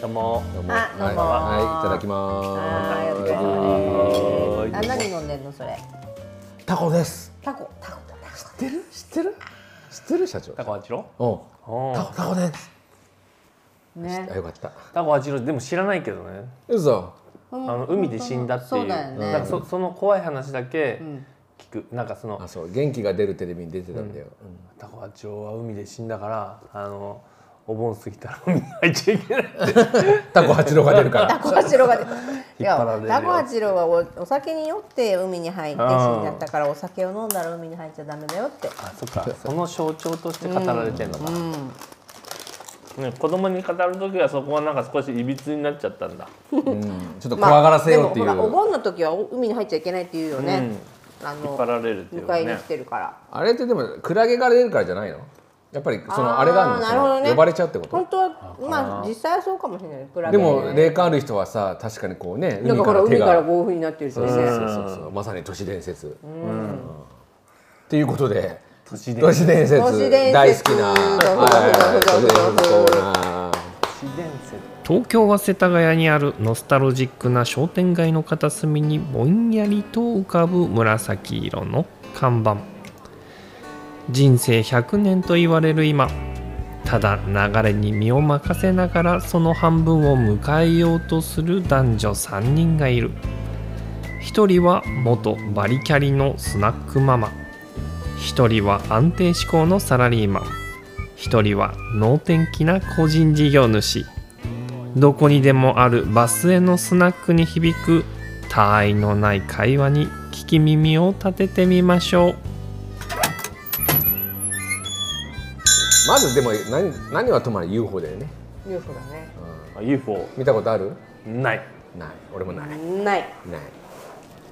どうも。どうもあどうもはい、はい、いただきまはいお疲れーあ何飲んでんのそれす。タコです。タコタコタ知ってる？知ってる？知ってる社長。タコ八郎。うおーん。タコタコです。コねあ、よかった。タコ八郎でも知らないけどね。嘘。ああの海で死んだっていう。そうだよねなんかそその怖い話だけん聞く。なんかそのあ、そう。元気が出るテレビに出てたんだよ。タコ八郎は海で死んだからあのお盆過ぎたら海に入っちゃいけないって。タコ八郎が出るから。タコ八郎が 出てい引っ張られやるよタコ八郎はおお酒に酔って海に入って死んじゃったからお酒を飲んだら海に入っちゃダメだよってあ、そっか。その象徴として語られてるのか。ね、子供に語る時はそこはなんか少しいびつになっちゃったんだ。うん。ちょっと怖がらせようっていう。まあでもほらお盆の時はお海に入っちゃいけないって言うよね、あ引っ張のられるっていう迎えにね来。てるからあれってでもクラゲが出るからじゃないの？やっぱりそのあーあれがあるのなるほどそねの呼ばれちゃうってこと本。当はまあ実際はそうかもしれないクラゲでねも霊感ある人はさ、確かにこうね、な海んかかほらら手海からが。こういう風になってるしねそうそうそうそう。まさに都市伝説。うん。っていうことで。都市伝都市伝説都市伝説大好きなふざふざはいふざふざ都市伝説コーナー説東京は世田谷にあるノスタルジックな商店街の片隅にぼんやりと浮かぶ紫色の看板人生100年と言われる今ただ流れに身を任せながらその半分を迎えようとする男女3人がいる1人は元バリキャリのスナックママ1人は安定志向のサラリーマン1人は能天気な個人事業主どこにでもあるバスへのスナックに響く他愛のない会話に聞き耳を立ててみましょうまずでも何何はともあれ UFO だよね、裕福だねあ UFO 見たことあるない。ない俺もないないない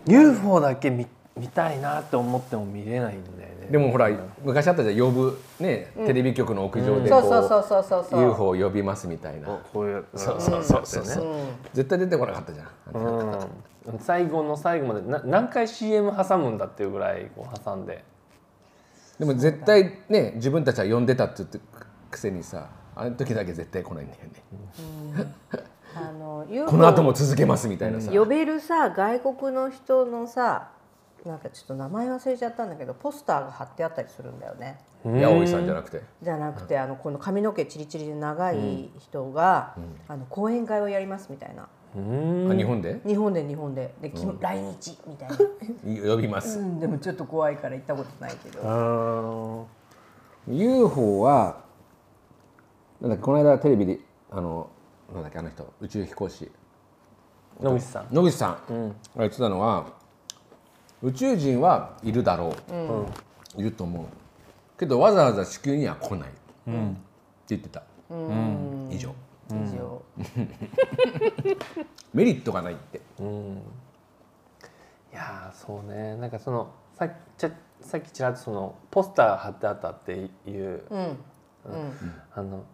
UFO だけ見見たいなって思っても見れないんだよね。でもほら昔あったじゃん呼ぶねテレビ局の屋上でそうそうそうこそうそううそう UFO を呼びますみたいなこういうそうそうそうそうね。絶対出てこなかったじゃんうん、最後の最後までな何回 CM 挟むんだっていうぐらいこう挟んででも絶対ね自分たちは呼んでたって言ってくせにさあの時だけ絶対来ないんだよねあのこの後も続けますみたいなさ呼べるさ外国の人のさなんかちょっと名前忘れちゃったんだけどポスターが貼ってあったりするんだよね八百井さんじゃなくてじゃなくてあのこの髪の毛チリチリで長い人が、あの講演会をやりますみたいなあ日本で日本で日本でで、き来日み たいな、呼びますうん、でもちょっと怖いから行ったことないけどうーん UFO はなんだっけこの間テレビであのなんだっけあの人宇宙飛行士野口さん野口さん、が言ってたのは宇宙人はいるだろう、いると思うけどわざわざ地球には来ない、って言ってた、以上一応、メリットがないって、いやーそうねなんかそのさっきちゃさっきちらっとそのポスター貼ってあったっていう、うんあの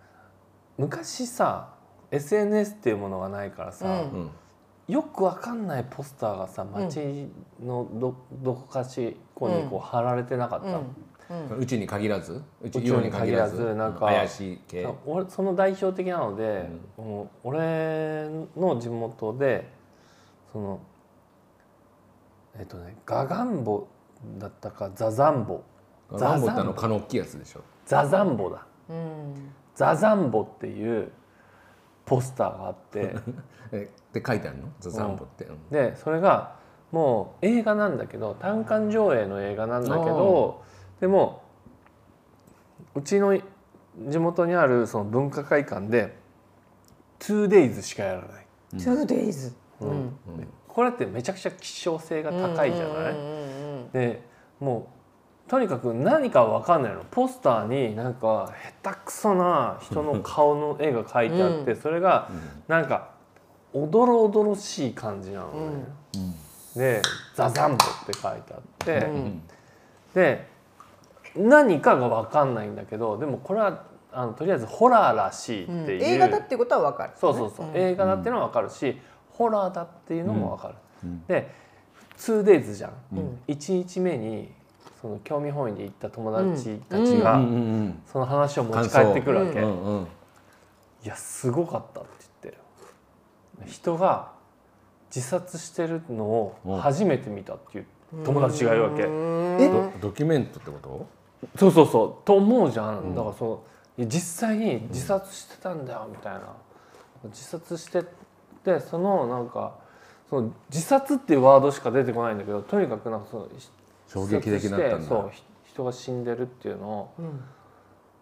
昔さ SNS っていうものがないからさ、うんよくわかんないポスターがさ街のど,、どこかしこにこう貼られてなかった、宇宙に限らず宇宙宇宙に限らず宇宙に限なんか怪しい系あ俺その代表的なので、もう俺の地元でそのえっとねガガンボだったかザザンボランボってあザザのン蚊の大きいやつでしょザザンボだうん、ザザンボっていうポスターがあってえって書いてあるのザザンボって、うんでそれがもう映画なんだけど単館上映の映画なんだけどでもうちの地元にあるその文化会館で 2days しかやらない。 2days、うんこれってめちゃくちゃ希少性が高いじゃない、でもうとにかく何か分かんないのポスターになんか下手くそな人の顔の絵が描いてあって、それがなんかおどろおどろしい感じなのね、で「ザザンボ」って書いてあって、で何かが分かんないんだけどでもこれはあのとりあえずホラーらしいってうんいう、映画だっていうことは分かるそうそうそう、映画だっていうのは分かるし、ホラーだっていうのも分かる、で 2days じゃん、1日目にその興味本位で行った友達たちが、うんうんその話を持ち帰ってくるわけ、うんうんいやすごかったって言って人が自殺してるのうをん初めて見たっていう友達がいるわけ。ドドキュメントってことそうそうそうと思うじゃん、だからそのいや実際に自殺してたんだよみたいな、自殺してでそのなんかその自殺っていうワードしか出てこないんだけどとにかくなんかそのひ衝撃的だったん自殺してだそうひ人が死んでるっていうのを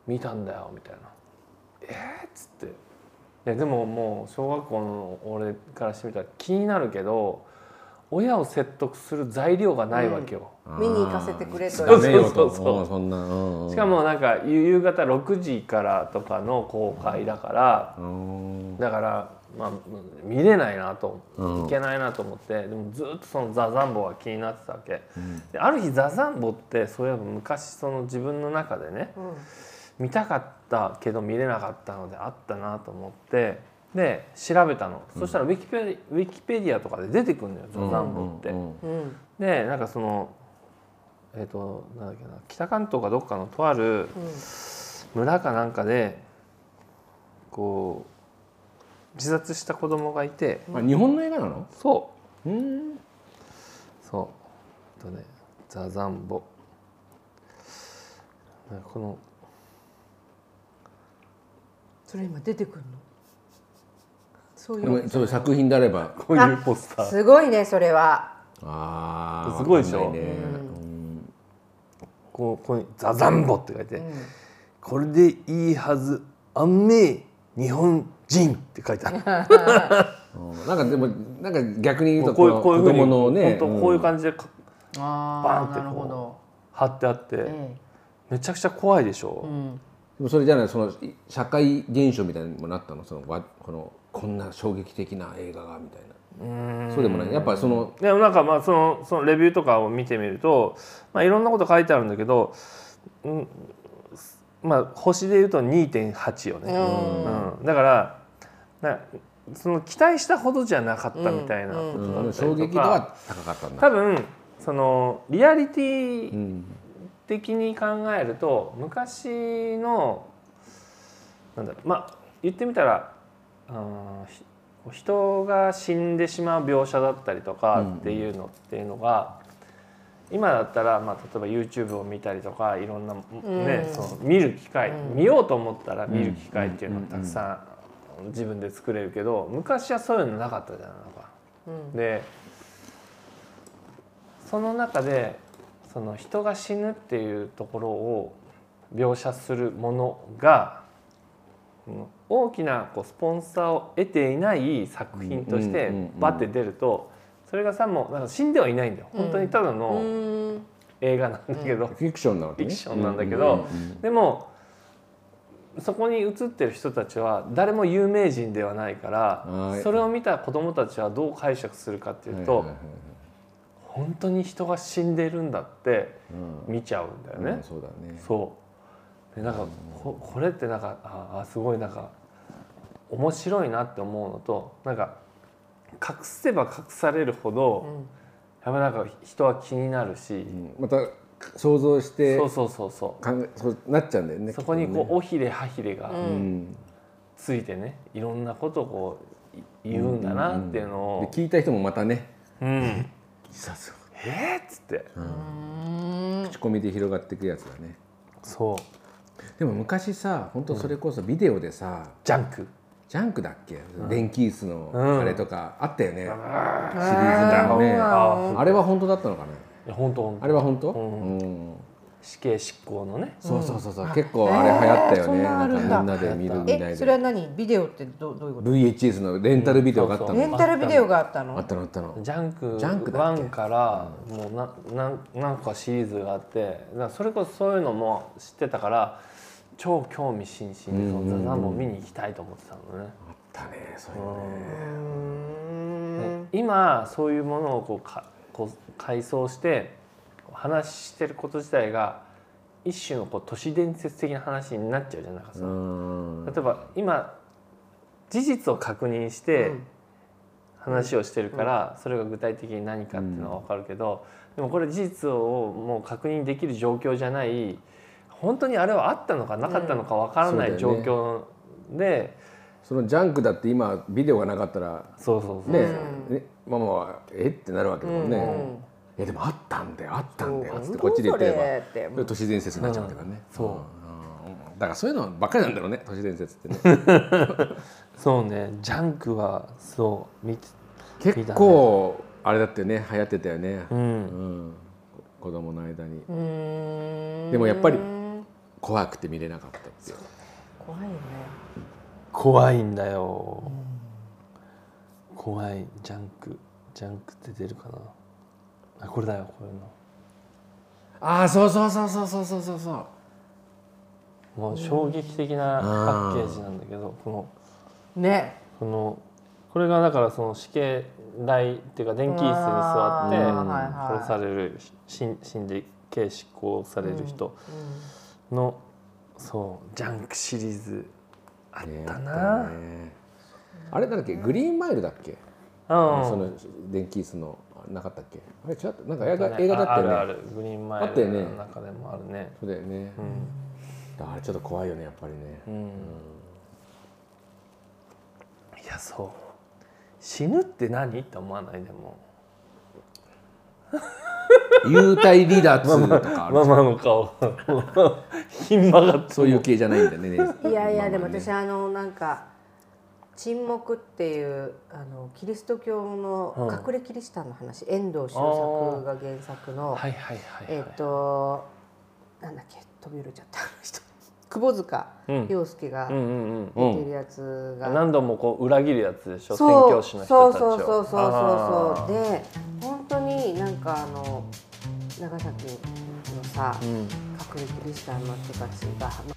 見たんだよみたいな、えー、っつっていやでももう小学校の俺からしてみたら気になるけど親を説得する材料がないわけよ、あー見に行かせてくれとダメよそとうそうそうもうそんなうんうんしかもなんか夕夕方6時からとかの公開だから、うんだから、まあ、見れないなと、うんいけないなと思ってでもずっとその「ザ・ザンボ」が気になってたわけ、である日「ザ・ザンボ」ってそういえば昔その自分の中でね、見たかったけど見れなかったのであったなと思ってで調べたの、そしたらウィキペディウィキペディアとかで出てくるのよ「ザ・ザンボ」って。うんうんでなんかそのえっ、となんだっけな北関東かどっかのとある村かなんかでこう自殺した子供がいてあ日本の映画なのそうんうそうえっとね「ザ・ザンボ」なんかこのそれ今出てくるのそういでもうそういう作品であればこういうポスターすごいねそれはああすごいでしょねこうここに「ザ・ザンボ」って書いて、これでいいはずあんめえ日本人」って書いてある。うんなんかでもなんか逆に言うとこういうのこういうふ子うに供のね本当こういう感じでかバーンあっあてなこうるほど貼ってあって、えめちゃくちゃ怖いでしょ、でもそれじゃないそのい社会現象みたいにもなったのそのわこのこんな衝撃的な映画がみたいなそうでもないやっぱそのでもなんかまあそのそのレビューとかを見てみると、まあ、いろんなこと書いてあるんだけど、うんまあ、星でいうと2.8よね、うんだからなその期待したほどじゃなかったみたいなこうとんだったり衝撃と度か、は高かったんだ多分そのリアリティうん的に考えると昔のなんだろうまあ言ってみたらあーひ人が死んでしまう描写だったりとかっていうのっていうのが、今だったら、まあ、例えば YouTube を見たりとかいろんな、ねその見る機会、見ようと思ったら見る機会っていうのはたくさん自分で作れるけど昔はそういうのなかったじゃないのか。でその中でその人が死ぬっていうところを描写するものがうん大きなこうスポンサーを得ていない作品としうてんうんうんうんバッて出るとそれがさもうなんか死んではいないんだよ本当にただうのーん映画なんだけどフィクションなわけフィねクションなんだけうどでもそこに映ってる人たちは誰も有名人ではないかはらいそれを見た子どもたちはどう解釈するかっていうとはいはい本当に人が死んでるんだって見ちゃうんだよはいうんね。そうだねそうでなんかここれってなんかああすごいなんか面白いなって思うのとなんか隠せば隠されるほど、やっぱなんか人は気になるし、うんまた想像してそうそうそうそう考えそうなっちゃうんだよねそこにこきっう尾ひれ歯ひれがとねうんついてね、いろんなことをこうい言うんだなっていうのでを、聞いた人もまたねうん自殺えーっつって、口コミで広がっていくやつだねそうでも昔さ本当それこそビデオでさジャンクジャンクだっけ電気椅子のんあれとかあったよねシリーズあーだよねああれは本当だったのかねいや本当本あ当れは本当んうん死刑執行のねそうそうそうそう結構あれ流行ったえーよそんねなあるんだなんかみんなで見るみたえいそれはで何ビデオってどどういうこと VHS のレンタルビデオがあったうんレのンタルビデオがあったあのったのあったのジャンクジャンクだっけ1からもうななんなんかシリーズがあってだからそれこそそういうのも知ってたから超興味津々でその「ザ・ザンボ」見に行きたいと思ってたのね。あったねそういうのねね今そういうものをこうかこう改装してこう話してること自体が一種のこう都市伝説的な話になっちゃうじゃないですかう。ん例えば今事実を確認して話をしてるから、それが具体的に何かっていうのは分かるけど、でもこれ事実をもう確認できる状況じゃない本当にあれはあったのかなかったのか分からなういん状そうだ況で、そのジャンクだって今ビデオがなかったらそうそうそう、ね、ねママはえってなるわけだもんね、いやでもあったんだよあったんだよつってこっちで言ってればなんだそれってそれ都市伝説になっちゃうけどね、そううんだからそういうのばっかりなんだろうね都市伝説ってねそうねジャンクはそう見て結構あれだってね流行ってたよね、ううんん子供の間にうーんでもやっぱり怖くて見れなかったっていう怖いよね怖いんだよ、怖いジャンクジャンクって出るかなあこれだよこういうのああそうそうそうそうそうそうそうそうもう衝撃的なパッケージなんだけど、このねこのこれがだからその死刑台っていうか電気椅子に座ってあーはいはい殺される死ん死んで刑執行される人の、そうジャンクシリーズあったな、ねあれなんだっけグリーンマイルだっけ、うんその電気椅子のなかったっけあれ違ったなんか映ね画映画だったよねああるあるグリーンマイあったよルねの中でもあるねそうだよね、だからあれちょっと怖いよねやっぱりね、いやそう死ぬって何って思わないでも幽体離脱とかあるママの顔 ひん曲がってそういう系じゃないんだねいやいやでもまあまあね私あのなんか沈黙っていうあのキリスト教の隠れキリシタンの話、遠藤周作が原作の、はいはいはい、はい、えっ、となんだっけ飛び降りちゃったあの人 窪塚うん洋介がうんうんうんう出てるんやつが、何度もこう裏切るやつでしょ宣そう教師そのう人そうたちそをうそうあそうーで本当になんかあの長崎のさ、うん 음.隠れキリシタンの人たちが、ま